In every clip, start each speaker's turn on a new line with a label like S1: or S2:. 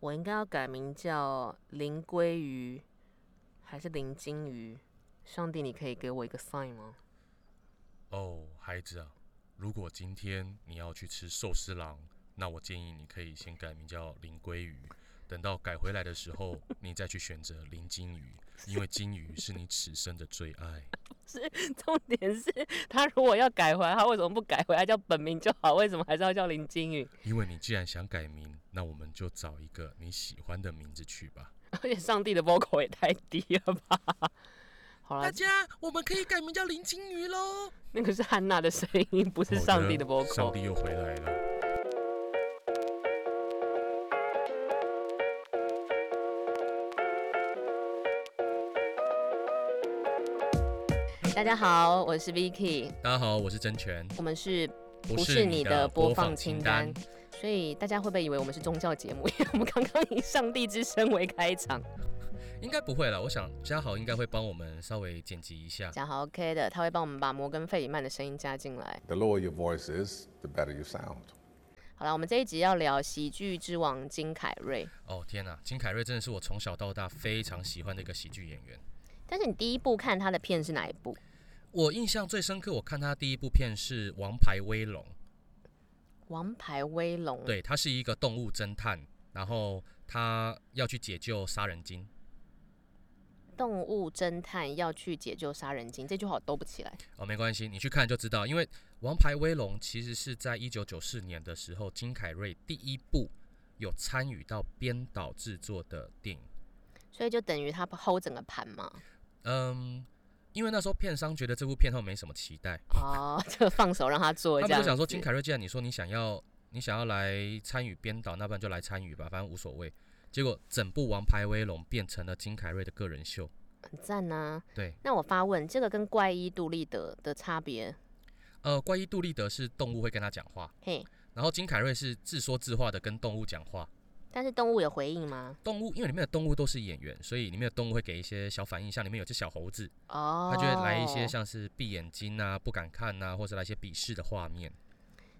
S1: 我应该要改名叫林鲑鱼，还是林金鱼？上帝，你可以给我一个 sign 吗？
S2: 哦，孩子啊，如果今天你要去吃寿司郎，那我建议你可以先改名叫林鲑鱼，等到改回来的时候，你再去选择林金鱼，因为金鱼是你此生的最爱。
S1: 是，重点是他如果要改回来，他为什么不改回来叫本名就好？为什么还是要叫林金宇？
S2: 因为你既然想改名，那我们就找一个你喜欢的名字去吧。
S1: 而且上帝的 vocal 也太低了吧！好了，
S2: 家，我们可以改名叫林金鱼喽。
S1: 那个是汉娜的声音，不是上帝的
S2: 我觉得
S1: vocal
S2: 上。帝又回来了。
S1: 大家好，我是 Vicky，
S2: 大家好，我是真权，
S1: 我们是
S2: 不是你的播放清单。
S1: 所以大家会不会以为我们是宗教节目？因 为我们刚刚以上帝之声为开场，
S2: 应该不会啦，我想嘉豪应该会帮我们稍微剪辑一下。
S1: 讲好 OK 的，他会帮我们把摩根费里曼的声音加进来。
S3: The lower your voice is, the better you sound.
S1: 好了，我们这一集要聊喜剧之王金凯瑞，
S2: 哦天哪，金凯瑞真的是我从小到大非常喜欢的一个喜剧演员。
S1: 但是你第一部看他的片是哪一部？
S2: 我印象最深刻，我看他第一部片是《王牌威龙》，
S1: 《王牌威龙》。
S2: 对他是一个动物侦探，然后他要去解救杀人鲸。
S1: 动物侦探要去解救杀人鲸，这句话我兜不起来。
S2: 哦，没关系，你去看就知道。因为《王牌威龙》其实是在一九九四年的时候，金凯瑞第一部有参与到编导制作的电影。
S1: 所以就等于他 hold 整个盘嘛，
S2: 嗯，因为那时候片商觉得这部片他们没什么期待，
S1: 哦， 就放手让他做
S2: 他
S1: 这
S2: 们
S1: 样
S2: 就
S1: 子。
S2: 想说，金凯瑞既然你说你想要你想要来参与编导，那不然就来参与吧，反正无所谓。结果整部《王牌威龙》变成了金凯瑞的个人秀。
S1: 很赞呐、
S2: 对，
S1: 那我发问，这个跟怪医杜立德的差别？
S2: 呃，怪医杜立德是动物会跟他讲话，
S1: 嘿，
S2: 然后金凯瑞是自说自话的跟动物讲话。
S1: 但是动物有回应吗？
S2: 动物，因为里面的动物都是演员，所以里面的动物会给一些小反应，像里面有只小猴子，
S1: 哦，
S2: 它就会来一些。像是闭眼睛啊、不敢看啊，或者来一些鄙视的画面。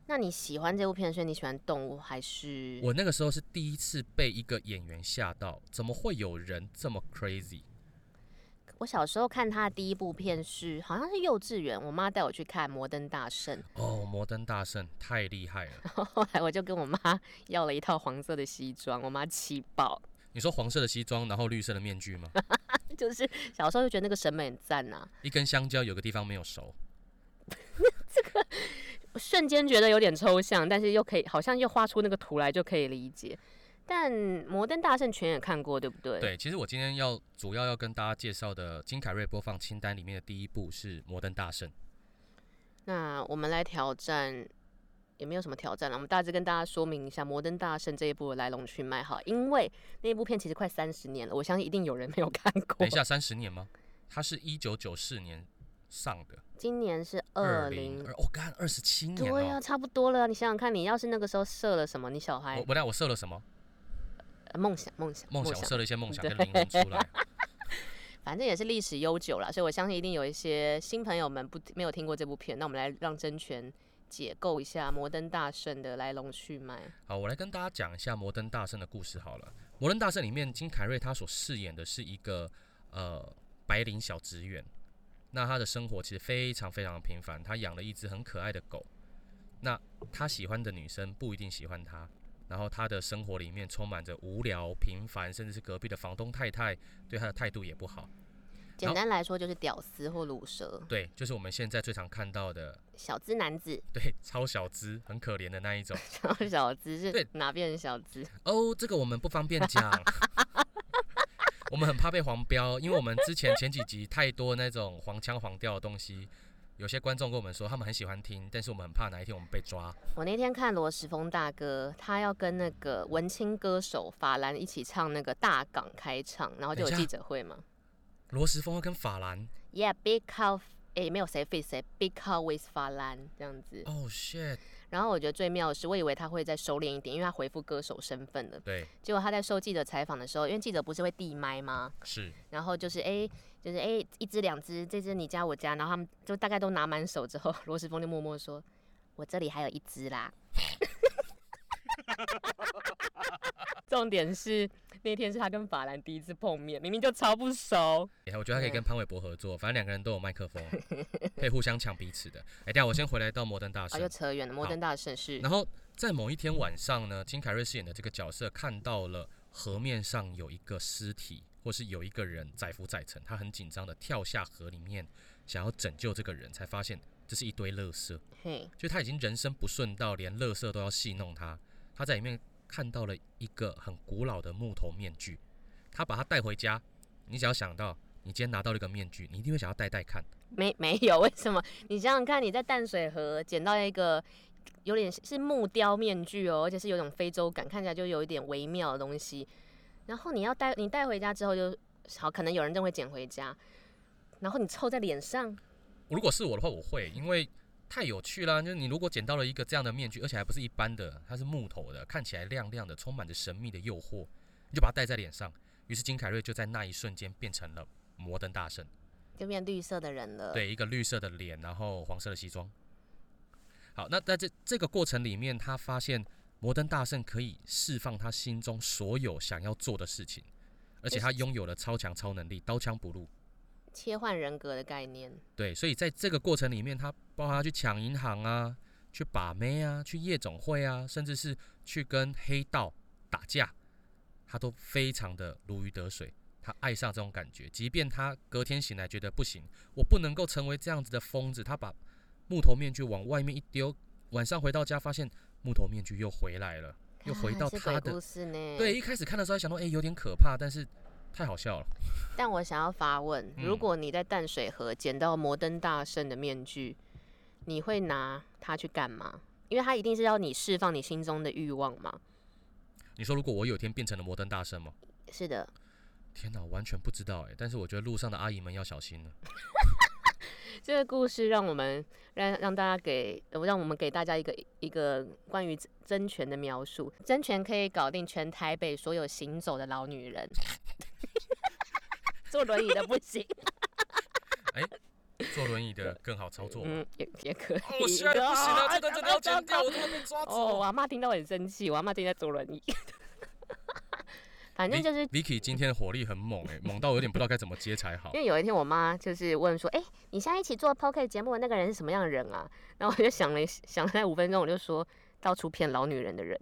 S1: 那你喜欢这部片，所以你喜欢动物还是？
S2: 我那个时候是第一次被一个演员吓到，怎么会有人这么 crazy？
S1: 我小时候看他的第一部片是，好像是幼稚园，我妈带我去看《摩登大圣
S2: 哦，摩登大圣太厉害了！》，
S1: 后来我就跟我妈 要了一套黄色的西装，我妈气爆。
S2: 你说黄色的西装，然后绿色的面具吗？
S1: 就是小时候就觉得那个审美很赞呐、
S2: 一根香蕉有个地方没有熟，
S1: 我瞬间觉得有点抽象，但是又可以好像又画出那个图来就可以理解。但《摩登大圣》全也看过，对不对？。
S2: 对，其实我今天要主要要跟大家介绍的金凯瑞播放清单里面的第一部是《摩登大圣》。
S1: 那我们来挑战，也没有什么挑战了。我们大致跟大家说明一下《摩登大圣》这一部的来龙去脉哈，因为那部片其实快三十年了，我相信一定有人没有看过
S2: 等一。下，三十年吗？它是一九九四年上的，
S1: 今年是二
S2: 二哦
S1: 零
S2: 零，二，我干二十七年
S1: 对呀、
S2: 了。
S1: 差不多了。啊你想想看，你要是那个时候射了什么，你小孩
S2: 哦我我那我设了什么
S1: 呃梦、想梦想
S2: 梦想？我设了一些梦想
S1: 对
S2: 跟灵魂出来。
S1: 反正也是历史悠久啦，所以我相信一定有一些新朋友们不没有听过这部片。那我们来让真权解构一下《摩登大圣》的来龙去脉。
S2: 好，我来跟大家讲一下《摩登大圣》的故事好了。《摩登大圣》里面，金凯瑞他所饰演的是一个呃白领小职员，那他的生活其实非常非常平凡。他养了一只很可爱的狗，那他喜欢的女生不一定喜欢他。然后他的生活里面充满着无聊、平凡，甚至是隔壁的房东太太对他的态度也不好。
S1: 简单来说，就是屌丝或卤蛇、
S2: 对，就是我们现在最常看到的，
S1: 小资男子。
S2: 对，超小资，很可怜的那一种。
S1: 小资
S2: 对
S1: 是哪边小资？
S2: 哦，这个我们不方便讲， 我们很怕被黄标，因为我们之前前几集太多那种黄腔黄调的东西，有些观众跟我们说他们很喜欢听，但是我们很怕哪一天我们被抓。
S1: 我那天看罗时峰大哥，他要跟那个文青歌手法兰一起唱那个大港开唱，然后就有
S2: 等一
S1: 记
S2: 下
S1: 者会嘛。
S2: 罗时峰要跟法兰，
S1: Yeah，big cow，诶、没有谁 fit 谁，big cow with 法兰这样子。
S2: 哦、shit，
S1: 然后我觉得最妙的是，我以为他会再收敛一点，因为他回复歌手身份了。
S2: 对，
S1: 结果他在受记者采访的时候，因为记者不是会递麦吗？
S2: 是
S1: 然后就是诶，就是诶，一只两只，这只你家我家，然后他们就大概都拿满手之后，罗时峰就默默说：“我这里还有一只啦。”重点是那天是他跟法兰第一次碰面，明明就超不熟。
S2: 我觉得他可以跟潘玮柏合作，反正两个人都有麦 克风，可以互相抢彼此的。哎、等一下我先回来到摩登大
S1: 啊，
S2: 圣
S1: 又，扯远了。摩登大圣是
S2: 然后在某一天晚上呢，金凯瑞饰演的这个角色看到了河面上有一个尸体，或是有一个人载浮载沉，他很紧张的跳下河里面，想要拯救这个人，才发现这是一堆垃圾，
S1: 嘿，
S2: 就他已经人生不顺到连垃圾都要戏弄他。他在里面看到了一个很古老的木头面具，他把它带回家。你只要想到你今天拿到了一个面具，你一定会想要戴戴看。
S1: 没没有？为什么？你想想看，你在淡水河捡到一个有点是木雕面具哦，而且是有种非洲感，看起来就有一点微妙的东西。然后你要带你带回家之后就好，可能有人真会捡回家，然后你凑在脸上，
S2: 如果是我的话，我会，因为太有趣啦。就是你如果捡到了一个这样的面具，而且还不是一般的，它是木头的，看起来亮亮的，充满着神秘的诱惑，你就把它戴在脸上。于是金凯瑞就在那一瞬间变成了摩登大圣，
S1: 就变绿色的人了。，
S2: 对，一个绿色的脸，然后黄色的西装。好，那在这这个过程里面，他发现摩登大圣可以释放他心中所有想要做的事情，而且他拥有了超强超能力，刀枪不入。
S1: 切换人格的概念。
S2: 对，所以在这个过程里面，他包括他去抢银行啊，去把妹啊，去夜总会啊，甚至是去跟黑道打架，他都非常的如鱼得水。他爱上这种感觉，即便他隔天醒来觉得不行，我不能够成为这样子的疯子。他把木头面具往外面一丢，晚上回到家发现木头面具又回来了，又回到
S1: 啊是
S2: 他
S1: 鬼
S2: 的
S1: 故。事欸呢。
S2: 对，一开始看的时候还想到，哎、有点可怕，但是太好笑了。
S1: 但我想要发问：
S2: 嗯
S1: 如果你在淡水河捡到摩登大圣的面具，你会拿它去干嘛？因为它一定是要你释放你心中的欲望嘛。
S2: 你说，如果我有一天变成了摩登大圣吗？
S1: 是的，
S2: 天哪，我完全不知道哎，但是我觉得路上的阿姨们要小心了。
S1: 这个故事让我们让让大家给呃让我们给大家一个一个关于真权的描述。真权可以搞定全台北所有行走的老女人， 坐轮椅的不行，
S2: 坐轮椅的更好操作。
S1: 嗯，也也可以。
S2: 哦，我现在不行了，这段真的要剪掉，
S1: 哦
S2: 我都会被抓
S1: 哦，
S2: 走
S1: 我。阿妈听到很生气，我阿妈听在坐轮椅。 反正就是
S2: Vicky 今天的火力很猛哎，猛到我有点不知道该怎么接才好
S1: 因。为有一天我妈就是问说：“哎、你现在一起做 p o c a e t 节目的那个人是什么样的人啊？”然后我就想了一想了那五分钟，我就说到处骗老女人的人。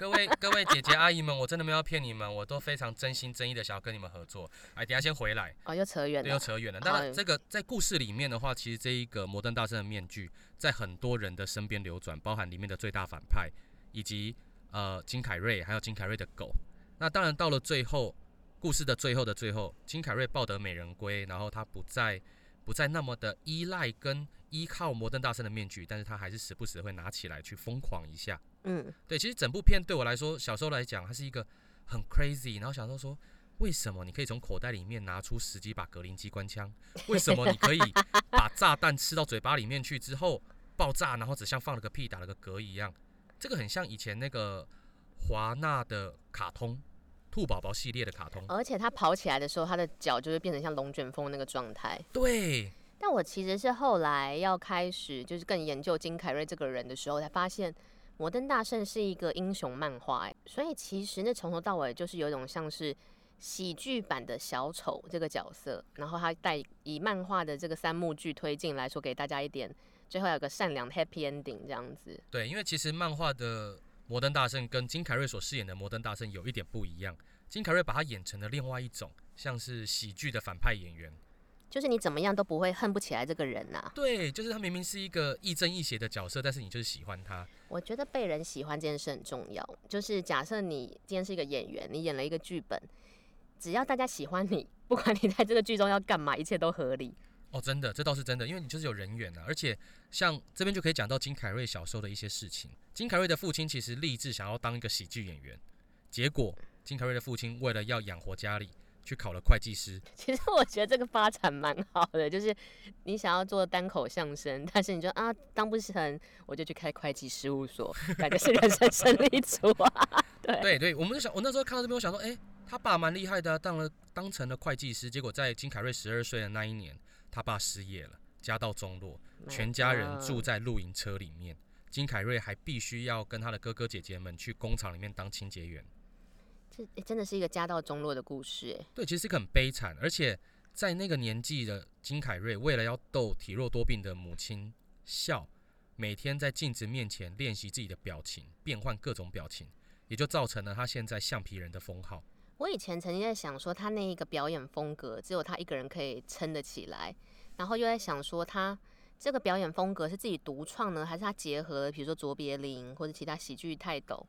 S2: 各位各位姐姐阿姨们，我真的没有要骗你们，我都非常真心真意的想要跟你们合作。哎，等一下先回来，
S1: 哦，又扯远
S2: 对，又
S1: 了。
S2: 扯远了。
S1: 好
S2: 那这个在故事里面的话，其实这一个摩登大圣的面具在很多人的身边流转，包含里面的最大反派以及呃金凯瑞，还有金凯瑞的狗。那当然到了最后，故事的最后的最后，金凯瑞抱得美人归，然后他不再不再那么的依赖跟依靠摩登大圣的面具，但是他还是时不时会拿起来去疯狂一下。
S1: 嗯，
S2: 对，其实整部片对我来说，小时候来讲，它是一个很 crazy，然后小时候说，为什么你可以从口袋里面拿出十几把格林机关枪？为什么你可以把炸弹吃到嘴巴里面去之后爆炸，然后只像放了个屁、打了个嗝一样？这个很像以前那个华纳的卡通《兔宝宝》系列的卡通。
S1: 而且她跑起来的时候，她的脚就会变成像龙卷风那个状态。
S2: 对，
S1: 但我其实是后来要开始就是更研究金凯瑞这个人的时候，才发现《摩登大圣》是一个英雄漫画，哎，所以其实那从头到尾就是有一种像是喜剧版的小丑这个角色，然后他带以漫画的这个三幕剧推进来说，给大家一点最后有个善良的 happy ending 这样子。
S2: 对，因为其实漫画的摩登大圣跟金凯瑞所饰演的摩登大圣有一点不一样，金凯瑞把他演成了另外一种，像是喜剧的反派演员。
S1: 就是你怎么样都不会恨不起来这个人啊呐、
S2: 对，就是他明明是一个亦正亦邪的角色，但是你就是喜欢他。
S1: 我觉得被人喜欢这件事很重要。就是假设你今天是一个演员，你演了一个剧本，只要大家喜欢你，不管你在这个剧中要干嘛，一切都合理。
S2: 哦，真的，这倒是真的，因为你就是有人缘啊。而且像这边就可以讲到金凯瑞小时候的一些事情。金凯瑞的父亲其实立志想要当一个喜剧演员，结果金凯瑞的父亲为了要养活家里，去考了会计师。
S1: 其实我觉得这个发展蛮好的，就是你想要做单口相声，但是你就啊当不成，我就去开会计事务所，感觉是人生胜利组啊。
S2: 对对，我们就想，我那时候看到这边，我想说，哎、他爸蛮厉害的啊、当了当成了会计师，结果在金凯瑞十二岁的那一年，他爸失业了，家道中落，全家人住在露营车里面，金凯瑞还必须要跟他的哥哥姐姐们去工厂里面当清洁员。
S1: 这、诶真的是一个家道中落的故事哎。
S2: 对，其实是一个很悲惨，而且在那个年纪的金凯瑞，为了要逗体弱多病的母亲笑，每天在镜子面前练习自己的表情，变换各种表情，也就造成了他现在橡皮人的封号。
S1: 我以前曾经在想说，他那一个表演风格，只有他一个人可以撑得起来，然后又在想说，他这个表演风格是自己独创呢，还是他结合了比如说卓别林或者其他喜剧泰斗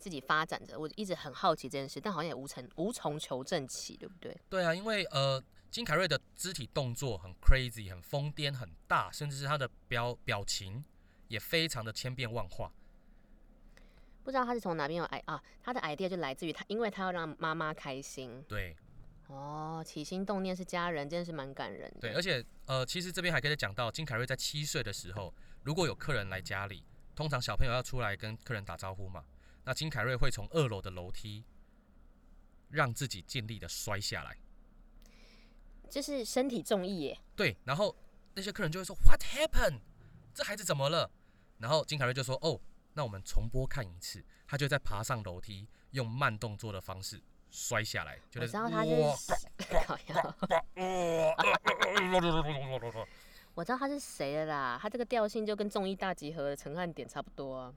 S1: 自己发展着？我一直很好奇这件事，但好像也无从无从求证起，对不对？
S2: 对啊，因为呃，金凯瑞的肢体动作很 crazy，很疯癫，很大，甚至是他的表表情也非常的千变万化。
S1: 不知道他是从哪边有 i 啊，他的 idea 就来自于他，因为他要让妈妈开心
S2: 对，
S1: 哦，起心动念是家人，真的是蛮感人的。
S2: 对，而且呃，其实这边还可以再讲到，金凯瑞在七岁的时候，如果有客人来家里，通常小朋友要出来跟客人打招呼嘛，那金凯瑞会从二楼的楼梯让自己尽力的摔下来，
S1: 就是身体重意耶，
S2: 对，然后那些客人就会说 What happened？这孩子怎么了？然后金凯瑞就说哦，那我们重播看一次，他就在爬上楼梯，用慢动作的方式摔下来，就
S1: 我
S2: 是
S1: 知道他就是 好像我知道他是谁了啦，他这个调性就跟综艺大集合的陈汉典差不多啊。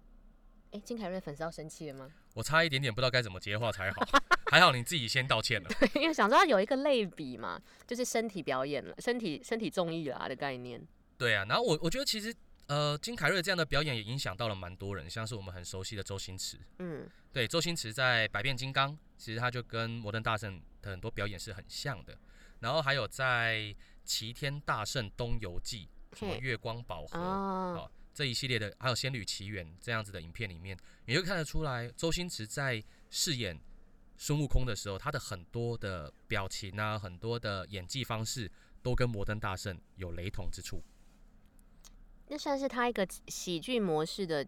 S1: 哎、金凯瑞粉丝要生气了吗？
S2: 我差一点点不知道该怎么接话才好，还好你自己先道歉了。
S1: 因为想说他有一个类比嘛，就是身体表演了，身体身体综艺啦的概念。
S2: 对啊，然后我我觉得其实呃，金凯瑞这样的表演也影响到了蛮多人，像是我们很熟悉的周星驰。
S1: 嗯，
S2: 对，周星驰在《百变金刚》，其实他就跟《摩登大圣》的很多表演是很像的。然后还有在《齐天大圣东游记》、什么
S1: 嘿
S2: 月光宝盒、
S1: 哦，
S2: 哦这一系列的，还有《仙女奇缘》这样子的影片里面，你会看得出来，周星驰在饰演孙悟空的时候，他的很多的表情啊，很多的演技方式，都跟《摩登大圣》有雷同之处。
S1: 那算是他一个喜剧模式的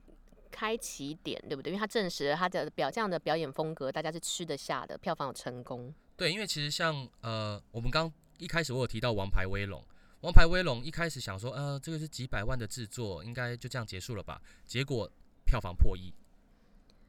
S1: 开启点，对不对？因为他证实了他的表这样的表演风格，大家是吃得下的，票房有成功。
S2: 对，因为其实像呃，我们刚一开始我有提到《王牌威龙》，《王牌威龙》一开始想说，呃，这个是几百万的制作，应该就这样结束了吧？结果票房破亿。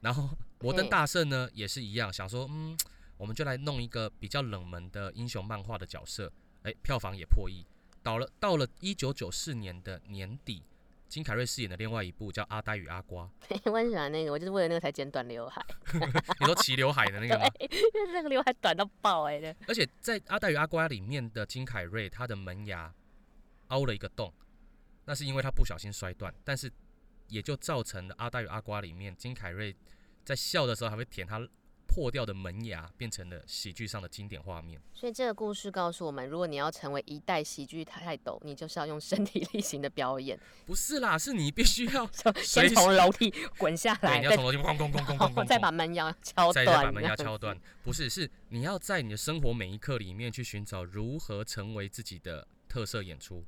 S2: 然后《摩登
S1: 嘿
S2: 大圣》呢也是一样，想说，嗯，我们就来弄一个比较冷门的英雄漫画的角色，哎，票房也破亿。到了到了一九九四年的年底，金凯瑞饰演的另外一部叫《阿呆与阿瓜》，
S1: 我很喜欢那个，我就是为了那个才剪短刘海，
S2: 你说齐刘海的那个吗？
S1: 因为那个刘海短到爆哎、欸！
S2: 而且在《阿黛与阿瓜》里面的金凯瑞，他的门牙凹了一个洞，那是因为他不小心摔断，但是也就造成了《阿黛与阿瓜》里面金凯瑞在笑的时候还会舔他破掉的门牙，变成了喜剧上的经典画面。
S1: 所以这个故事告诉我们，如果你要成为一代喜剧泰斗，你就是要用身体 力行的表演，
S2: 不是啦，是你必须要
S1: 就
S2: 随
S1: 先
S2: 时
S1: 从楼梯滚下
S2: 对，
S1: 来，
S2: 你要
S1: 再
S2: 从楼梯咣咣咣咣咣
S1: 然后
S2: 咣，
S1: 再把门牙敲
S2: 再
S1: 断，
S2: 再把门牙
S1: 这样
S2: 敲断，不是，是你要在你的生活每一刻里面去寻找如何成为自己的特色演出。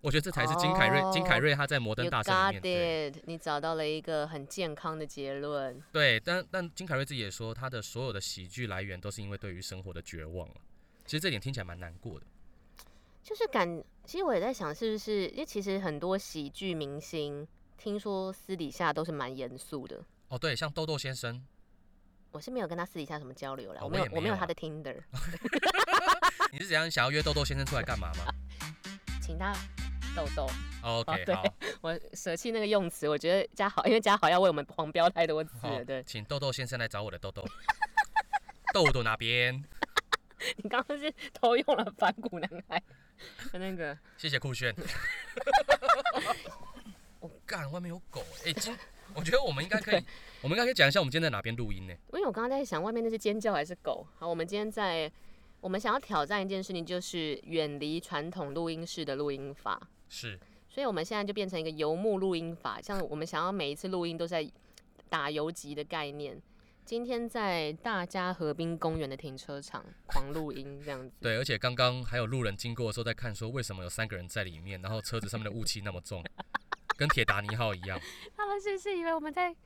S2: 我觉得这才是金凯瑞，金凯
S1: 哦
S2: 瑞他在《摩登
S1: You
S2: 大圣》里
S1: got
S2: 面对
S1: it，你找到了一个很健康的结论。
S2: 对，但但金凯瑞自己也说，他的所有的喜剧来源都是因为对于生活的绝望了。其实这点听起来蛮难过的。
S1: 就是感，其实我也在想，是不是因为其实很多喜剧明星，听说私底下都是蛮严肃的。
S2: 哦，对，像豆豆 先生，
S1: 我是没有跟他私底下什么交流了，
S2: 哦
S1: 我没有
S2: 我也没有
S1: 我没有
S2: 啊
S1: 他的 Tinder，
S2: 你是怎样想要约豆豆先生出来干嘛吗
S1: 请他豆豆，
S2: 哦
S1: 哦
S2: ？OK，
S1: 对
S2: 好，
S1: 我舍弃那个用词，我觉得嘉豪，因为嘉豪要为我们黄标太多次
S2: 好
S1: 了，对，
S2: 请豆豆先生来找我的豆 豆。豆豆那边，
S1: 你刚刚是偷用了反骨男孩的那个。
S2: 谢谢酷炫。我干，外面有狗哎、今我觉得我们应该可以，我们应该可以讲一下我们今天在哪边录音呢、
S1: 因为我刚刚在想，外面那是尖叫还是狗？好，我们今天在，我们想要挑战一件事情，就是远离传统录音室的录音法。
S2: 是，
S1: 所以我们现在就变成一个游牧录音法，像我们想要每一次录音都在打游击的概念。今天在大家河滨公园的停车场狂录音，这样子。
S2: 对，而且刚刚还有路人经过的时候在看，说为什么有三个人在里面，然后车子上面的雾气那么重，跟铁达尼号一样。
S1: 他们是不是以为我们在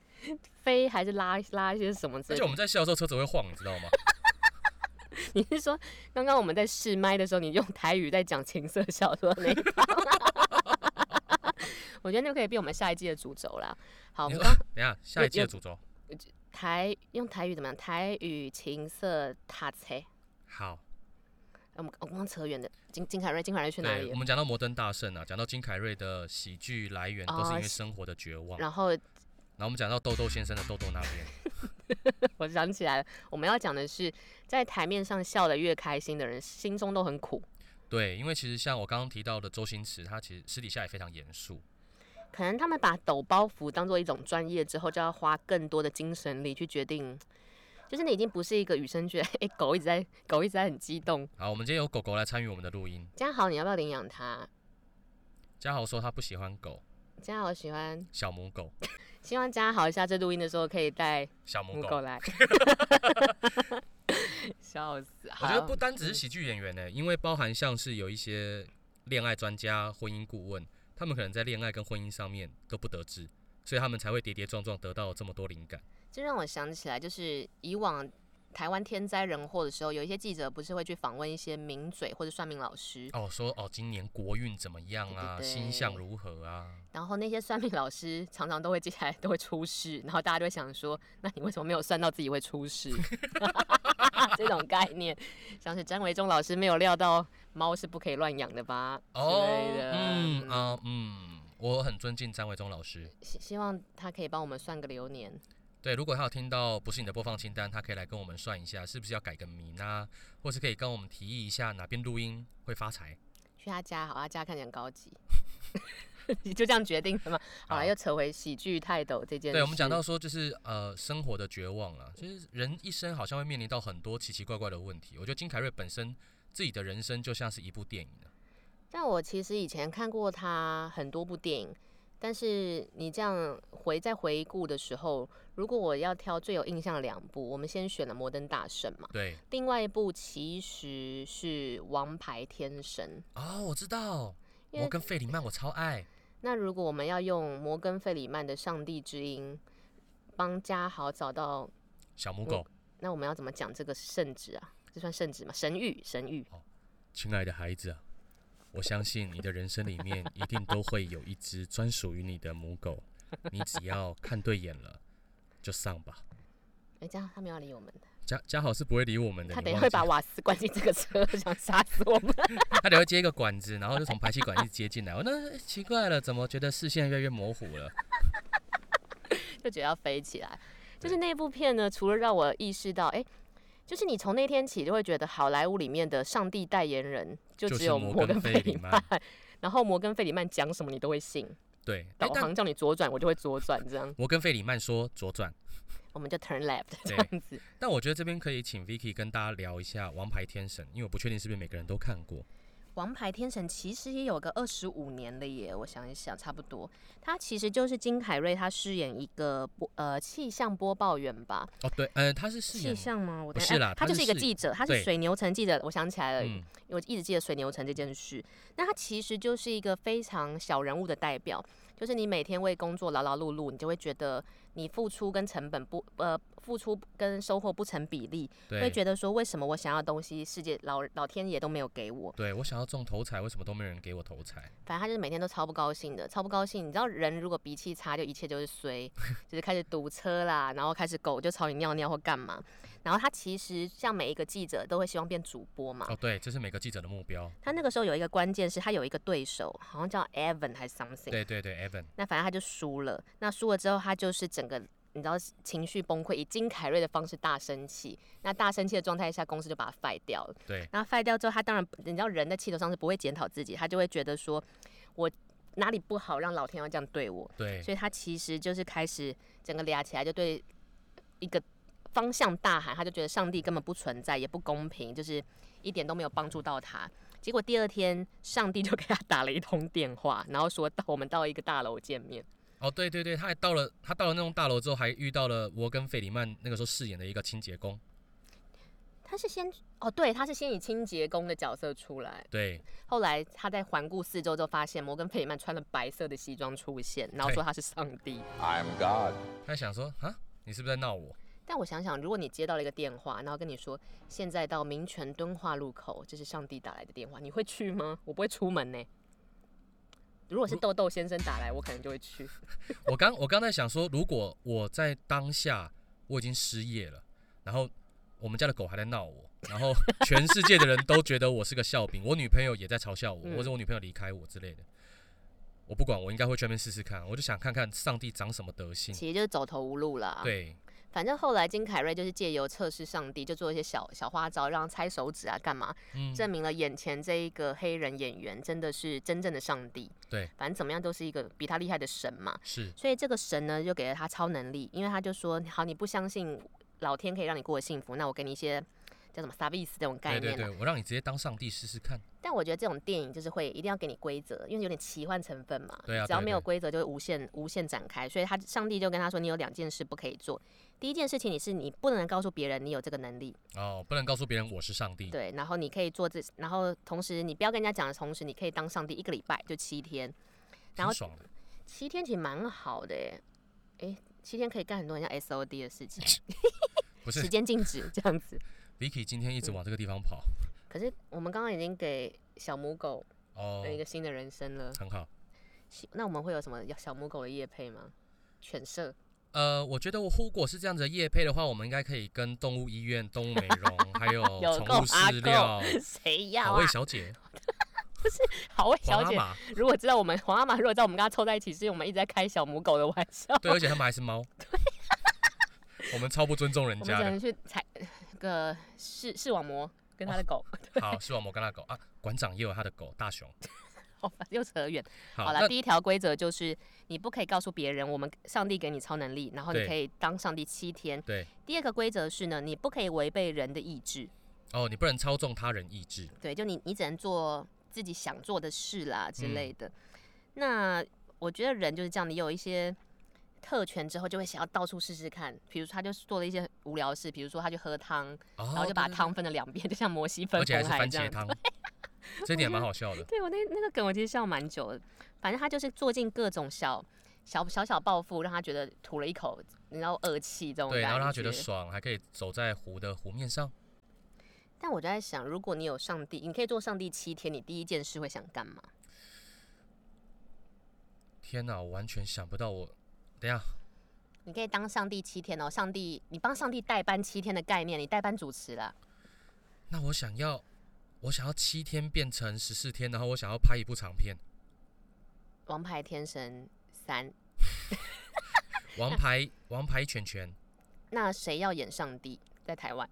S1: 飞，还是拉拉一些什么之
S2: 而
S1: 类
S2: 且我
S1: 的？
S2: 们在笑的时候车子会晃，你知道吗？
S1: 你是说刚刚我们在试麦的时候，你用台语在讲情色小说那一趴？ 我觉得那可以变我们下一季的主轴啦。好，我
S2: 你
S1: 们
S2: 说啊
S1: 刚
S2: 等一下下一季的主轴，
S1: 台用台语怎么样？台语情色塔车，呃
S2: 好，
S1: 我们我刚扯远的。金金凯瑞，金凯瑞去哪
S2: 对
S1: 里
S2: 我
S1: 了？
S2: 们讲到摩登大圣啊，讲到金凯瑞的喜剧来源都是因为生活的绝望，然
S1: 然后
S2: 后我们讲到豆豆先生的豆豆那边，
S1: 我想起来了，我们要讲的是，在台面上笑得越开心的人，心中都很苦。
S2: 对，因为其实像我刚刚提到的周星驰，他其实私底下也非常严肃，
S1: 可能他们把抖包袱当做一种专业之后，就要花更多的精神力去决定。就是你已经不是一个与生俱来，哎、狗一直在狗一直在很激动。
S2: 好，我们今天有狗狗来参与我们的录音。
S1: 嘉豪，你要不要领养它？
S2: 嘉豪说他不喜欢狗，
S1: 嘉豪喜欢，
S2: 小母狗，
S1: 希望嘉豪下次录音的时候可以带
S2: 小
S1: 母
S2: 母狗。
S1: 狗 来。笑死！
S2: 我
S1: 好嗯
S2: 觉得不单只是喜剧演员呢、因为包含像是有一些恋爱专家、婚姻顾问，他们可能在恋爱跟婚姻上面都不得志，所以他们才会跌跌撞撞得到这么多灵感。
S1: 这让我想起来，就是以往台湾天灾人祸的时候，有一些记者不是会去访问一些名嘴或者算命老师，
S2: 哦，说哦，今年国运怎么样
S1: 嗯
S2: 啊？
S1: 对对对
S2: 星象如何啊？
S1: 然后那些算命老师常常都会接下来都会出事，然后大家就会想说，那你为什么没有算到自己会出事？ 这种概念，像是詹维忠老师没有料到猫是不可以乱养的吧？
S2: 哦
S1: 之类，的，
S2: 嗯啊，嗯，我很尊敬张维忠老师。
S1: 希希望他可以帮我们算个流年。
S2: 对，如果他有听到不是你的播放清单，他可以来跟我们算一下，是不是要改个名啊，或是可以跟我们提议一下哪边录音会发财。
S1: 去他家，好，他家看起来很高级。 你就这样决定的吗？好
S2: 好
S1: 了，又扯回喜剧泰斗这件事。
S2: 对，我们讲到说，就是呃，生活的绝望了，就是人一生好像会面临到很多奇奇怪怪的问题。我觉得金凯瑞本身自己的人生就像是一部电影了
S1: 但我其实以前看过他很多部电影，但是你这样回在回顾的时候，如果我要挑最有印象的两部，我们先选了《摩登大圣》嘛，
S2: 对，
S1: 另外一部其实是《王牌天神》。
S2: 哦，我知道，
S1: 因为
S2: 摩根费里曼我超爱，
S1: 那如果我们要用摩根·费里曼的《上帝之音》帮嘉豪找到，
S2: 小母狗，
S1: 那我们要怎么讲这个圣旨啊？这算圣旨吗？神谕，神谕。
S2: 亲爱的孩子啊，我相信你的人生里面一定都会有一只专属于你的母狗，你只要看对眼了，就上吧。
S1: 哎、这样他们要理我们的，
S2: 嘉嘉豪是不会理我们的，
S1: 他
S2: 你
S1: 等一下
S2: 忘
S1: 会
S2: 记
S1: 把
S2: 了
S1: 瓦斯灌进这个车， 想杀死我们。
S2: 他得会接一个管子，然后就从排气管一直接进来。我那哎奇怪了，怎么觉得视线越来越模糊了？
S1: 就觉得要飞起来。就
S2: 对
S1: 是那部片呢，除了让我意识到，哎、就是你从那天起就会觉得好莱坞里面的上帝代言人就
S2: 就
S1: 只
S2: 是
S1: 有
S2: 摩
S1: 摩根
S2: 根费
S1: 费
S2: 里
S1: 里
S2: 曼
S1: 曼，然后摩根费里曼讲什么你都会信，
S2: 对，哎
S1: 导
S2: 但
S1: 航叫你左转我就会左转，这样
S2: 摩根费里曼说左转，
S1: 我们就 turn left 这
S2: 对
S1: 样子。
S2: 但我觉得这边可以请 Vicky 跟大家聊一下《王牌天神》，因为我不确定是不是每个人都看过。
S1: 王牌天神其实也有个二十五年了耶，我想一想，差不多。他其实就是金凯瑞，他饰演一个播呃气象播报员吧，
S2: 哦，对，呃，他是饰
S1: 气
S2: 演，
S1: 象吗？我
S2: 不
S1: 等
S2: 是
S1: 哎
S2: 啦
S1: 他
S2: 他
S1: 就是是一个
S2: 饰
S1: 记者，他是
S2: 对
S1: 水牛城记者，我想起来了，
S2: 嗯，
S1: 我一直记得水牛城这件事。那他其实就是一个非常小人物的代表，就是你每天为工作劳劳碌碌，你就会觉得你付出跟成本不呃付出跟收获不成比例，会
S2: 对，
S1: 觉得说为什么我想要的东西，世界老老天爷都没有给我。
S2: 对我想要中头彩，为什么都没有人给我头彩？
S1: 反正他就是每天都超不高兴的，超不高兴。你知道人如果脾气差，就一切就是 衰，就是开始堵车啦，然后开始狗就朝你尿尿或干嘛。然后他其实像每一个记者都会希望变主播嘛。
S2: 哦，对，这是每个记者的目标。
S1: 他那个时候有一个关键是他有一个对手，好像叫 Evan 还是 something。
S2: 对对对，Evan，
S1: 那反正他就输了。那输了之后，他就是整个你知道情绪崩溃，以金凯瑞的方式大生气。那大生气的状态下，公司就把他废掉了。
S2: 对
S1: 然后废掉之后，他当然你知道人在气头上是不会检讨自己，他就会觉得说我哪里不好，让老天要这样对我，
S2: 对
S1: 所以他其实就是开始整个俩起来，就对一个方向大喊，他就觉得上帝根本不存在，也不公平，就是一点都没有帮助到他。结果第二天，上帝就给他打了一通电话，然后说到我们到一个大楼见面。
S2: 哦，对对对，他还到了，他到了那栋大楼之后，还遇到了摩根费里曼那个时候饰演的一个清洁工。
S1: 他是先哦，对，他是先以清洁工的角色出来，
S2: 对，
S1: 后来他在环顾四周之后，发现摩根费里曼穿了白色的西装出现，然后说他是上帝。
S3: I am God.
S2: 他想说啊，你是不是在闹我？
S1: 但我想想，如果你接到了一个电话，然后跟你说现在到民权敦化路口，这是上帝打来的电话，你会去吗？我不会出门呢、如果是豆豆先生打来，我可能就会去。
S2: 我刚我刚才想说，如果我在当下我已经失业了，然后我们家的狗还在闹我，然后全世界的人都觉得我是个笑柄，我女朋友也在嘲笑我，
S1: 嗯
S2: 或者我女朋友离开我之类的，我不管，我应该会全面试试看，我就想看看上帝长什么德性。
S1: 其实就是走投无路啦。，
S2: 对，
S1: 反正后来金凯瑞就是借由测试上帝，就做一些小小花招，让猜手指啊干嘛，
S2: 嗯，
S1: 证明了眼前这一个黑人演员真的是真正的上帝。
S2: 对，
S1: 反正怎么样都是一个比他厉害的神嘛。
S2: 是，
S1: 所以这个神呢，就给了他超能力，因为他就说：好，你不相信老天可以让你过得幸福，那我给你一些叫什么 service 这种概
S2: 对对
S1: 念啊
S2: 对，我让你直接当上帝试试看。
S1: 但我觉得这种电影就是会一定要给你规则，因为有点奇幻成分嘛。
S2: 对啊
S1: 只要
S2: 对
S1: 没有
S2: 对
S1: 规则，就会无限无限展开。所以他上帝就跟他说，你有两件事不可以做。第一件事情，你是你不能告诉别人你有这个能力，
S2: 哦，不能告诉别人我是上帝。
S1: 对。然后你可以做这，然后同时你不要跟人家讲的同时，你可以当上帝一个礼拜，就七天。然后
S2: 挺爽的，
S1: 七天其实蛮好的耶，诶，七天可以干很多很像 SOD 的事情，
S2: 不是
S1: 时间静止 这样子。
S2: Vicky 今天一直往这个地方跑，
S1: 可是我们刚刚已经给小母狗
S2: 哦
S1: 了，一个新的人生了。
S2: 很好。
S1: 希那我们会有什么小母狗的夜配吗？犬舍
S2: 呃，我觉得我如果是这样子的业配的话，我们应该可以跟动物医院、动物美容， 还有
S1: 有
S2: 哦宠
S1: 够
S2: 物
S1: 阿
S2: 饲料
S1: 够， 谁要
S2: 好
S1: 啊
S2: 味？小姐、
S1: 好味小
S2: 皇阿
S1: 姐，
S2: 玛，
S1: 如果知道我们皇阿玛，如果知道我们跟她凑在一起，是因为我们一直在开小母狗的玩笑，
S2: 对，而且他们还 是猫， 我们超不尊重人
S1: 我们
S2: 家
S1: 只
S2: 的。
S1: 能去采那个视视网膜跟他的 狗，
S2: 好，视网膜跟他的狗啊，馆长也有他的狗大熊。
S1: 好吧又扯远。
S2: 好，
S1: 好
S2: 那
S1: 了，第一条规则就是你不可以告诉别人我们上帝给你超能力，然后你
S2: 对
S1: 可以当上帝七天。
S2: 对
S1: 第二个规则是呢，你不可以违背人的意志，
S2: 哦，你不能操纵他人意志。
S1: 对，就你你只能做自己想做的事啦
S2: 嗯
S1: 之类的。那我觉得人就是这样，你有一些特权之后，就会想要到处试试看。比如说，他就做了一些很无聊的事，比如说他就喝汤，
S2: 哦，
S1: 然后就把
S2: 对，
S1: 汤分了两边，就像摩西分
S2: 而且还
S1: 红
S2: 是
S1: 海
S2: 番
S1: 这
S2: 茄
S1: 样。
S2: 汤， 这一点蛮好 笑的。
S1: 对我那那个梗，我其实笑蛮久的。反正他就是做尽各种小小小小报复，让他觉得吐了一口，然后恶气这种
S2: 对，
S1: 感
S2: 然后让他觉
S1: 觉
S2: 得爽，还可以走在湖的湖面上。
S1: 但我就在想，如果你有上帝，你可以做上帝七天，你第一件事会想干嘛？
S2: 天哪，我完全想不到我。等一下，
S1: 你可以当上帝七天哦，上帝，你帮上帝代班七天的概念，你代班主持啦。
S2: 那我想要，我想要七天变成十四天，然后我想要拍一部长片，
S1: 《王牌天神三》，嗯
S2: 《王牌王牌拳拳》
S1: 那谁要演上帝？在台湾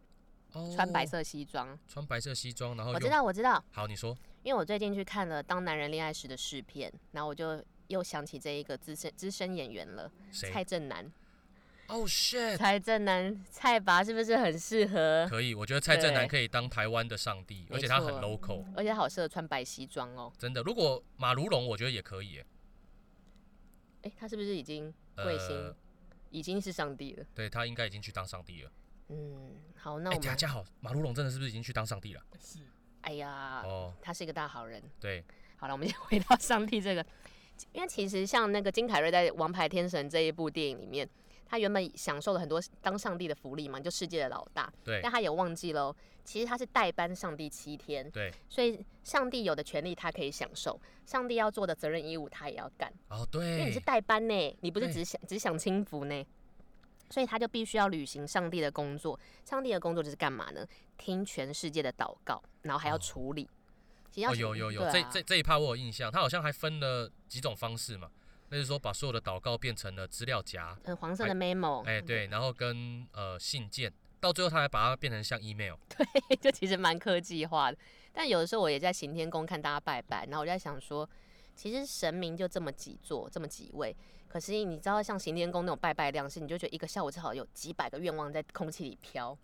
S2: 哦，
S1: 穿白色西装，
S2: 穿白色西装，然后
S1: 我知
S2: 用
S1: 道，我知道，
S2: 好，你说
S1: 因为我最近去看了《当男人恋爱时》的试片，然后我就又想起这一个资深资深演员了，蔡
S2: 谁？
S1: 正南。
S2: 哦、shit，
S1: 蔡正南，蔡拔是不是很适合？
S2: 可以，我觉得蔡正南
S1: 对
S2: 可以当台湾的上帝，
S1: 没
S2: 而且他很
S1: 错
S2: local，
S1: 而且他好适合穿白西装哦。
S2: 真的。如果马如龙，我觉得也可以耶，
S1: 诶，他是不是已经卫星、
S2: 呃，
S1: 已经是上帝了？
S2: 对他应该已经去当上帝了。
S1: 嗯，好，那
S2: 哎、
S1: 我
S2: 大
S1: 们，
S2: 家好，马如龙真的是不是已经去当上帝了？
S1: 哎呀，
S2: 哦，
S1: 他是一个大好人。
S2: 对，
S1: 好了，我们先回到上帝这个， 因为其实像那个金凯瑞在《王牌天神》这一部电影里面，他原本享受了很多当上帝的福利嘛，你就世界的老大，
S2: 对
S1: 但他也忘记喽，其实他是代班上帝七天，
S2: 对，
S1: 所以上帝有的权利他可以享受，上帝要做的责任义务他也要干，
S2: 哦，
S1: 因为你是
S2: 对，
S1: 代班呢，你不是
S2: 对
S1: 只想只享清福呢。所以他就必须要履行上帝的工作。上帝的工作就是干嘛呢？听全世界的祷告，然后还要
S2: 哦
S1: 处理。其实要
S2: 哦，有有有，
S1: 对
S2: 这
S1: 啊
S2: 这这一趴我有印象，他好像还分了几种方式嘛，那就是说把所有的祷告变成了资料夹，
S1: 呃黄色的 memo，
S2: 哎、对，然后跟呃信件，到最后他还把它变成像 email，
S1: 就其实蛮科技化的。但有的时候我也在行天宫看大家拜拜，然后我就在想说，其实神明就这么几座，这么几位。可是你知道，像行天宫那种拜拜量是，你就觉得一个下午至少有几百个愿望在空气里飘。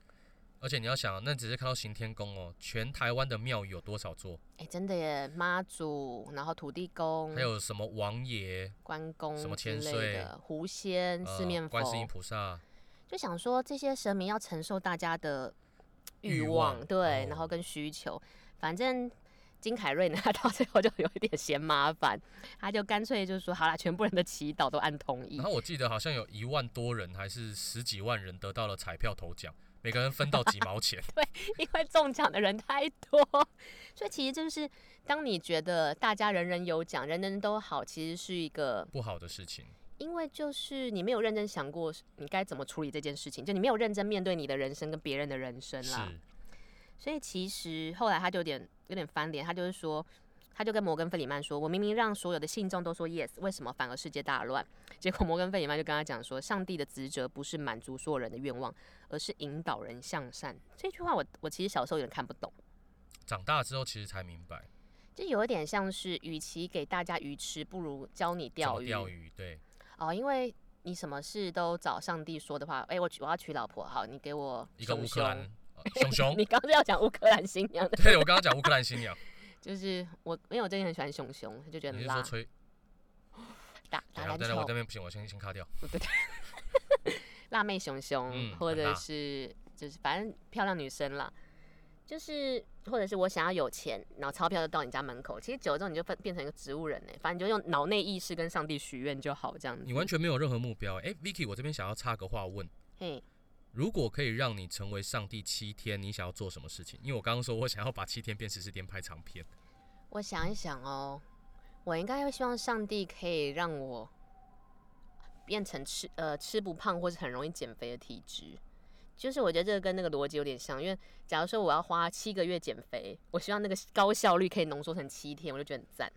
S2: 而且你要想，那只是看到行天宫哦，全台湾的庙宇有多少座，
S1: 哎、真的耶，妈祖，然后土地公
S2: 还，有什么王爷、
S1: 关公
S2: 什么
S1: 之
S2: 千
S1: 类
S2: 岁
S1: 的，狐仙、
S2: 呃
S1: 四面佛
S2: 观，世音菩萨，
S1: 就想说这些神明要承受大家的
S2: 欲
S1: 欲
S2: 望
S1: 望，对，
S2: 哦
S1: 然后跟需求，反正。金凯瑞呢， 他到最后就有一点嫌麻烦，他就干脆就说好啦，全部人的祈祷都按同意
S2: 然，后我记得好像有一万多人还是十几万人得到了彩票头奖，每个人分到几毛钱。
S1: 因为中奖的人太多，所以其实就是当你觉得大家人人有奖，人人都好，其实是一个，
S2: 不好的事情，
S1: 因为就是你没有认真想过你该怎么处理这件事情，就你没有认真面对你的人生跟别人的啊人生
S2: 是
S1: 啦。所以其实后来他就有点有点翻脸，他就是说，他就跟摩根费里曼说：“我明明让所有的信众都说 yes，为什么反而世界大乱？”结果摩根费里曼就跟他讲说：“上帝的职责不是满足所有人的愿望，而是引导人向善。”这句话我我其实小时候有点看不懂，
S2: 长大之后其实才明白，
S1: 就有一点像是，与其给大家鱼吃，不如教你
S2: 怎
S1: 钓
S2: 么
S1: 鱼
S2: 钓鱼，对，
S1: 哦，因为。你什么事都找上帝说的话，哎、我娶我要娶老婆，好，你给我
S2: 一个
S1: 熊
S2: 乌克兰
S1: 熊
S2: 呃熊熊
S1: 你，刚刚是要讲乌克兰新娘的，
S2: 对我刚刚讲乌克兰新娘，
S1: 就是我，因为我最近很喜欢熊熊，就觉得 很
S2: 你是
S1: 辣
S2: 说。吹？
S1: 打打
S2: 等下
S1: 篮
S2: 等下我这
S1: 球，
S2: 边不行，我先先卡掉。
S1: 辣妹熊熊，
S2: 嗯
S1: 或
S2: 很
S1: 者
S2: 辣
S1: 是就是反正漂亮女生啦，就是或者是我想要有钱，然后钞票就到你家门口。其实久了之后你就分变成一个植物人呢，反正你就用脑内意识跟上帝许愿就好，这样子。
S2: 你完全没有任何目标。欸诶 v i c k y 我这边想要插个话问：
S1: 嘿，
S2: 如果可以让你成为上帝七天，你想要做什么事情？因为我刚刚说我想要把七天变十四天拍长片，
S1: 我想一想哦，我应该会希望上帝可以让我变成吃呃吃不胖或是很容易减肥的体质。就是我觉得这个跟那个逻辑有点像，因为假如说我要花七个月减肥，我希望那个高效率可以浓缩成七天，我就觉得很赞。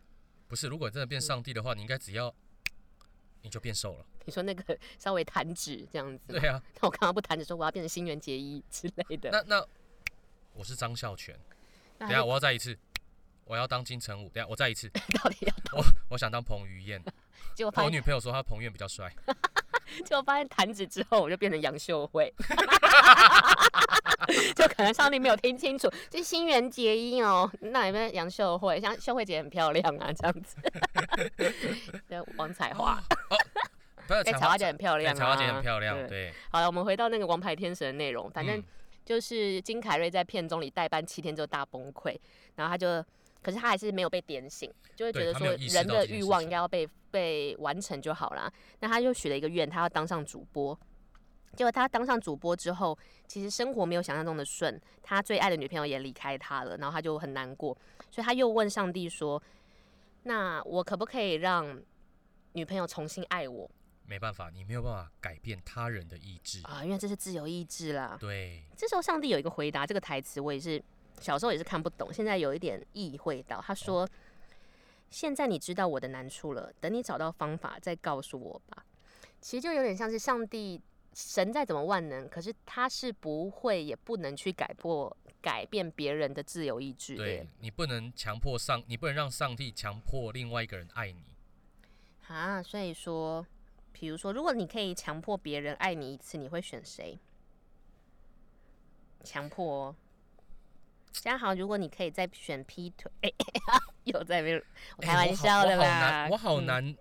S2: 不是？如果真的变
S1: 嗯
S2: 上帝的话，你应该只要你就变瘦了。
S1: 你说那个稍微弹指这样子吗，
S2: 对啊，
S1: 那我刚刚不弹指说我要变成新垣结衣之类的，
S2: 那那我是张孝全，
S1: 那
S2: 等
S1: 还
S2: 下我要再一次，我要当金城武，等下我 再一次，
S1: 到底要？
S2: 我哦我想当彭于 晏。
S1: 结果
S2: 我
S1: 发现，
S2: 女朋友说她彭于晏比较帅，
S1: 结果发现弹指之后，我就变成杨秀慧， 就可能上帝没有听清楚，就新垣结衣哦，那里面杨秀慧，像秀慧姐很漂亮啊，这样子， 对，王彩华，
S2: 不是
S1: 哎，
S2: 才
S1: 彩
S2: 华
S1: 华姐很漂
S2: 对
S1: 亮、啊，
S2: 彩华姐很漂亮，
S1: 对
S2: 对，
S1: 好了，我们回到那个《王牌天神》的内容，反正
S2: 嗯
S1: 就是金凯瑞在片中里代班七天就大崩溃，然后他就，可是他还是没有被点醒，就会觉
S2: 对
S1: 得
S2: 他
S1: 说
S2: 没有意识
S1: 人
S2: 到
S1: 的
S2: 这件
S1: 欲
S2: 事
S1: 望
S2: 情
S1: 应该要被被完成就好啦。那他就许了一个愿，他要当上主播。结果他当上主播之后，其实生活没有想象中的顺，他最爱的女朋友也离开他了，然后他就很难过，所以他又问上帝说：“那我可不可以让女朋友重新爱我
S2: 没办法，你没有办法改变他人的意志，
S1: 啊？因为这是自由意志啦。”
S2: 对，
S1: 这时候上帝有一个回答，这个台词我也是小时候也是看不懂，现在有一点意会到。他说：“现在你知道我的难处了，等你找到方法再告诉我吧。”其实就有点像是上帝神再怎么万能，可是他是不会也不能去改破改变别人的自由意志的
S2: 对你不能强迫上，你不能让上帝强迫另外一个人爱你。
S1: 啊。所以说，比如说，如果你可以强迫别人爱你一次，你会选谁？强迫、哦。嘉豪，如果你可以再选劈腿， 哎、又在那边，我
S2: 哎
S1: 开玩笑的啦。
S2: 我好我好
S1: 嗯
S2: 难，我好难，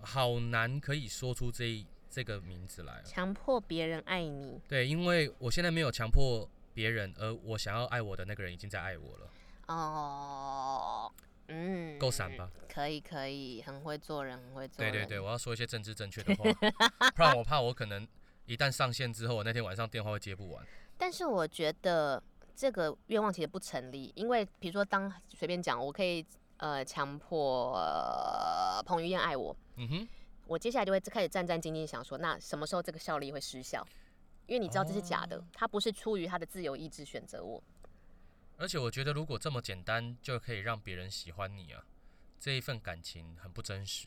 S2: 好难可以说出这一这个名字来哦。
S1: 强迫别人爱你
S2: 对，因为我现在没有强迫别人，而我想要爱我的那个人已经在爱我了，
S1: 哦，嗯，
S2: 够闪吧？
S1: 可以可以，很会做人，很会做
S2: 对
S1: 人。
S2: 对对，我要说一些政治正确的 话，不然我怕我可能一旦上线之后，我那天晚上电话会接不完。
S1: 但是我觉得这个愿望其实不成立，因为比如说当随便讲，我可以呃强迫、呃彭于晏爱我，
S2: 嗯哼，
S1: 我接下来就会开始战战兢兢想说，那什么时候这个效力会失效？因为你知道这是假的，他不是出于他的自由意志选择我。
S2: 而且我觉得如果这么简单就可以让别人喜欢你啊，这一份感情很不真实。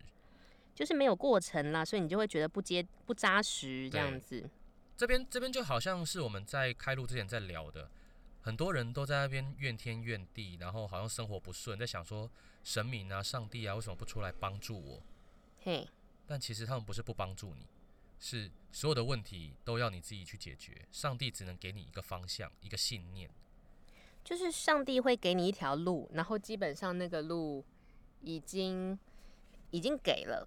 S1: 就是没有过程啦，所以你就会觉得不接不扎实这样子。
S2: 这边这边就好像是我们在开录之前在聊的，很多人都在那边怨天怨地，然后好像生活不顺，在想说神明啊、上帝啊，为什么不出来帮助我？
S1: 嘿，
S2: 但其实他们不是不帮助你，是所有的问题都要你自己去解决。上帝只能给你一个方向，一个信念。
S1: 就是上帝会给你一条路，然后基本上那个路已经已经给了，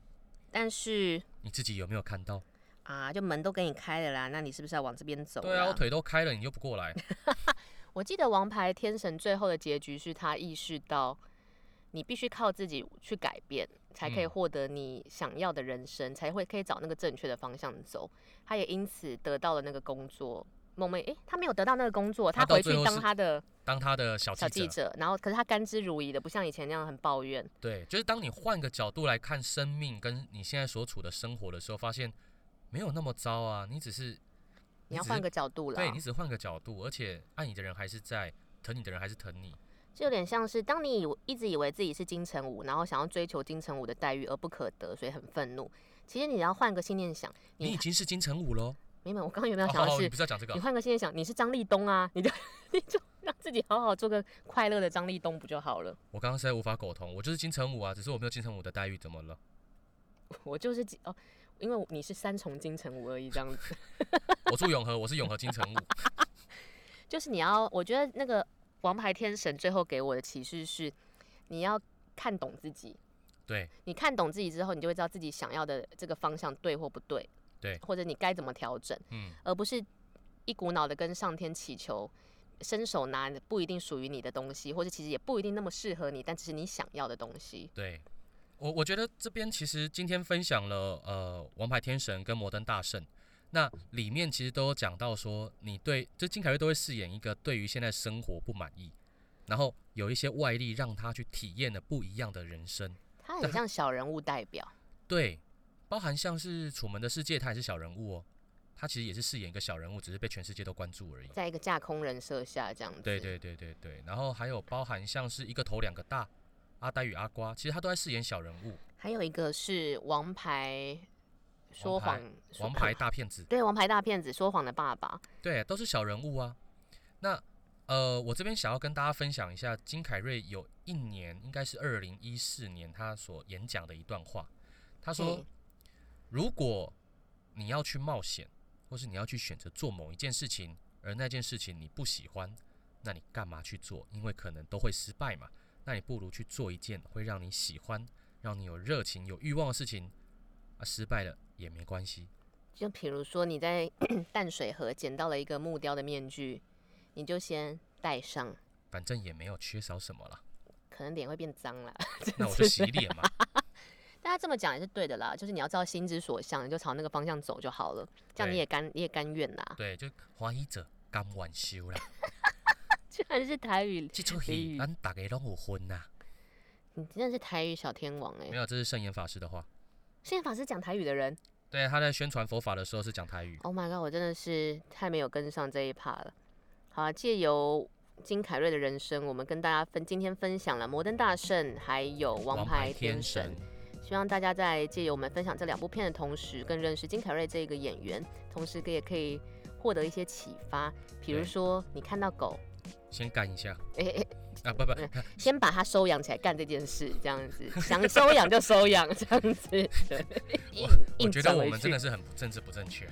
S1: 但是
S2: 你自己有没有看到？
S1: 啊，就门都给你开了啦，那你是不是要往这边走啦？
S2: 对啊，我腿都开了，你又不过来。
S1: 我记得《王牌天神》最后的结局是他意识到，你必须靠自己去改变，才可以
S2: 嗯
S1: 获得你想要的人生，才会可以找那个正确的方向走。他也因此得到了那个工作，梦寐，诶，他没有得到那个工作，
S2: 他
S1: 他
S2: 到
S1: 回去
S2: 最后
S1: 当
S2: 是
S1: 他的
S2: 当他的小
S1: 小
S2: 记
S1: 记
S2: 者，
S1: 者，然后可是他甘之如饴的，不像以前那样很抱怨。
S2: 对，就是当你换个角度来看生命跟你现在所处的生活的时候，发现没有那么糟啊，你只是
S1: 你要
S2: 只
S1: 换
S2: 是
S1: 个角度啦，
S2: 对你只换个角度，而且爱你的人还是在，疼你的人还是疼你，
S1: 这有点像是当你以为一直以为自己是金城武，然后想要追求金城武的待遇而不可得，所以很愤怒。其实你要换个信念想，
S2: 你已
S1: 你
S2: 经是金城武喽。
S1: 明白？我刚刚有没
S2: 哦
S1: 有想
S2: 好
S1: 到
S2: 好
S1: 是
S2: 你不？是要讲这个
S1: 你
S2: 啊？
S1: 换个信念想，你是张立东啊，你就你就让自己好好做个快乐的张立东不就好了？
S2: 我刚刚实在无法苟同，我就是金城武啊，只是我没有金城武的待遇，怎么了？
S1: 我就是金哦，因为你是三重金城武而已，这样子。
S2: 我住永和，我是永和金城武。
S1: 就是你要，我觉得那个王牌天神最后给我的启示是，你要看懂自己，
S2: 对
S1: 你看懂自己之后，你就会知道自己想要的这个方向对或不对，
S2: 对
S1: 或者你该怎么调整，
S2: 嗯，
S1: 而不是一股脑的跟上天祈求，伸手拿不一定属于你的东西，或者其实也不一定那么适合你，但只是你想要的东西。
S2: 对，我我觉得这边其实今天分享了呃《王牌天神》跟《摩登大圣》，那里面其实都有讲到说，你对就金凯瑞都会饰演一个对于现在生活不满意，然后有一些外力让他去体验了不一样的人生，
S1: 他
S2: 但
S1: 很
S2: 他
S1: 像小人物代 表，
S2: 对，包含像是《楚门的世界》，他也是小人物哦，他其实也是饰演一个小人物，只是被全世界都关注而已。
S1: 在一个架空人设下这样子。
S2: 对对对对对，然后还有包含像是一个头两个大，阿呆与阿瓜，其实他都在饰演小人物，
S1: 还有一个是王牌说
S2: 王牌
S1: 谎，说
S2: 王牌大骗子。
S1: 对王牌大骗子说谎的爸爸。
S2: 对，都是小人物啊。那呃，我这边想要跟大家分享一下金凯瑞有一年，应该是二零一四年，他所演讲的一段话。他说：“
S1: 嗯
S2: 如果你要去冒险，或是你要去选择做某一件事情，而那件事情你不喜欢，那你干嘛去做？因为可能都会失败嘛。那你不如去做一件会让你喜欢、让你有热情、有欲望的事情。啊，失败了也没关系，
S1: 就比如说你在 淡水河捡到了一个木雕的面具，你就先戴上，
S2: 反正也没有缺少什么了。
S1: 可能脸会变脏啦。
S2: 那我就洗脸嘛。”
S1: 大家这么讲也是对的啦，就是你要知道心之所向，你就朝那个方向走就好了，这样
S2: 对
S1: 你也甘你也甘愿啦。
S2: 对，就欢喜者甘愿受啦。
S1: 居然是台语，
S2: 这出
S1: 俚
S2: 戏
S1: 语
S2: 咱大家拢有分呐、
S1: 你真的是台语小天王哎、
S2: 没有，这是圣严法师的话。
S1: 现在法师讲台语的人
S2: 对，啊他在宣传佛法的时候是讲台语。
S1: ，Oh my god，我真的是太没有跟上这一趴了。好、啊，借由金凯瑞的人生，我们跟大家分今天分享了《摩登大圣》还有《王牌天神》。希望大家在借由我们分享这两部片的同时，更认识金凯瑞这个演员，同时也可以获得一些启发。比如
S2: 对
S1: 说，你看到狗，
S2: 先干 一下
S1: 诶、诶
S2: 啊！不不，
S1: 嗯先把它收养起来干这件事，这样子，想收养就收养，这样子。 对，硬
S2: 我
S1: 硬
S2: 觉得
S1: 转
S2: 我
S1: 回
S2: 们
S1: 去
S2: 真的是很不政治不正确。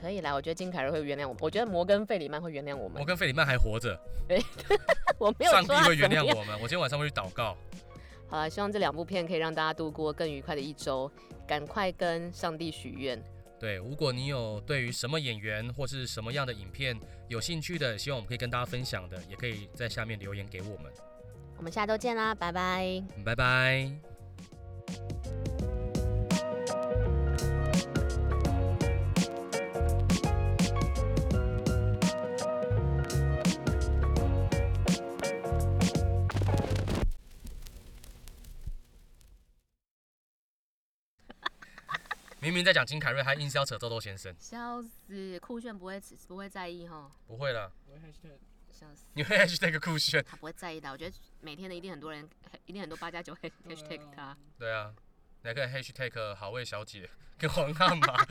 S1: 可以啦，我觉得金凯瑞会原谅我们，我觉得摩根费里曼会原谅我们
S2: 我。跟费里曼还活着，
S1: 我没有
S2: 上
S1: 说
S2: 帝
S1: 他
S2: 会
S1: 怎
S2: 原
S1: 么
S2: 谅
S1: 样。
S2: 我们。我今天晚上会去祷告。
S1: 好啦，希望这两部片可以让大家度过更愉快的一周，赶快跟上帝许愿。
S2: 对，如果你有对于什么演员或是什么样的影片有兴趣的，希望我们可以跟大家分享的，也可以在下面留言给我们。
S1: 我们下周见啦，拜拜。
S2: 拜拜。明明在讲金凯瑞，还硬是要扯豆豆先生。
S1: 笑死，酷炫不会不会在意哈，
S2: 不会了，
S1: 笑死，
S2: 你会 hashtag 酷炫？
S1: 他不会在意的。我觉得每天的一定很多人，一定很多八加九 hashtag 他。
S2: 对啊，你还可以 hashtag 好味小姐跟黄汉嘛。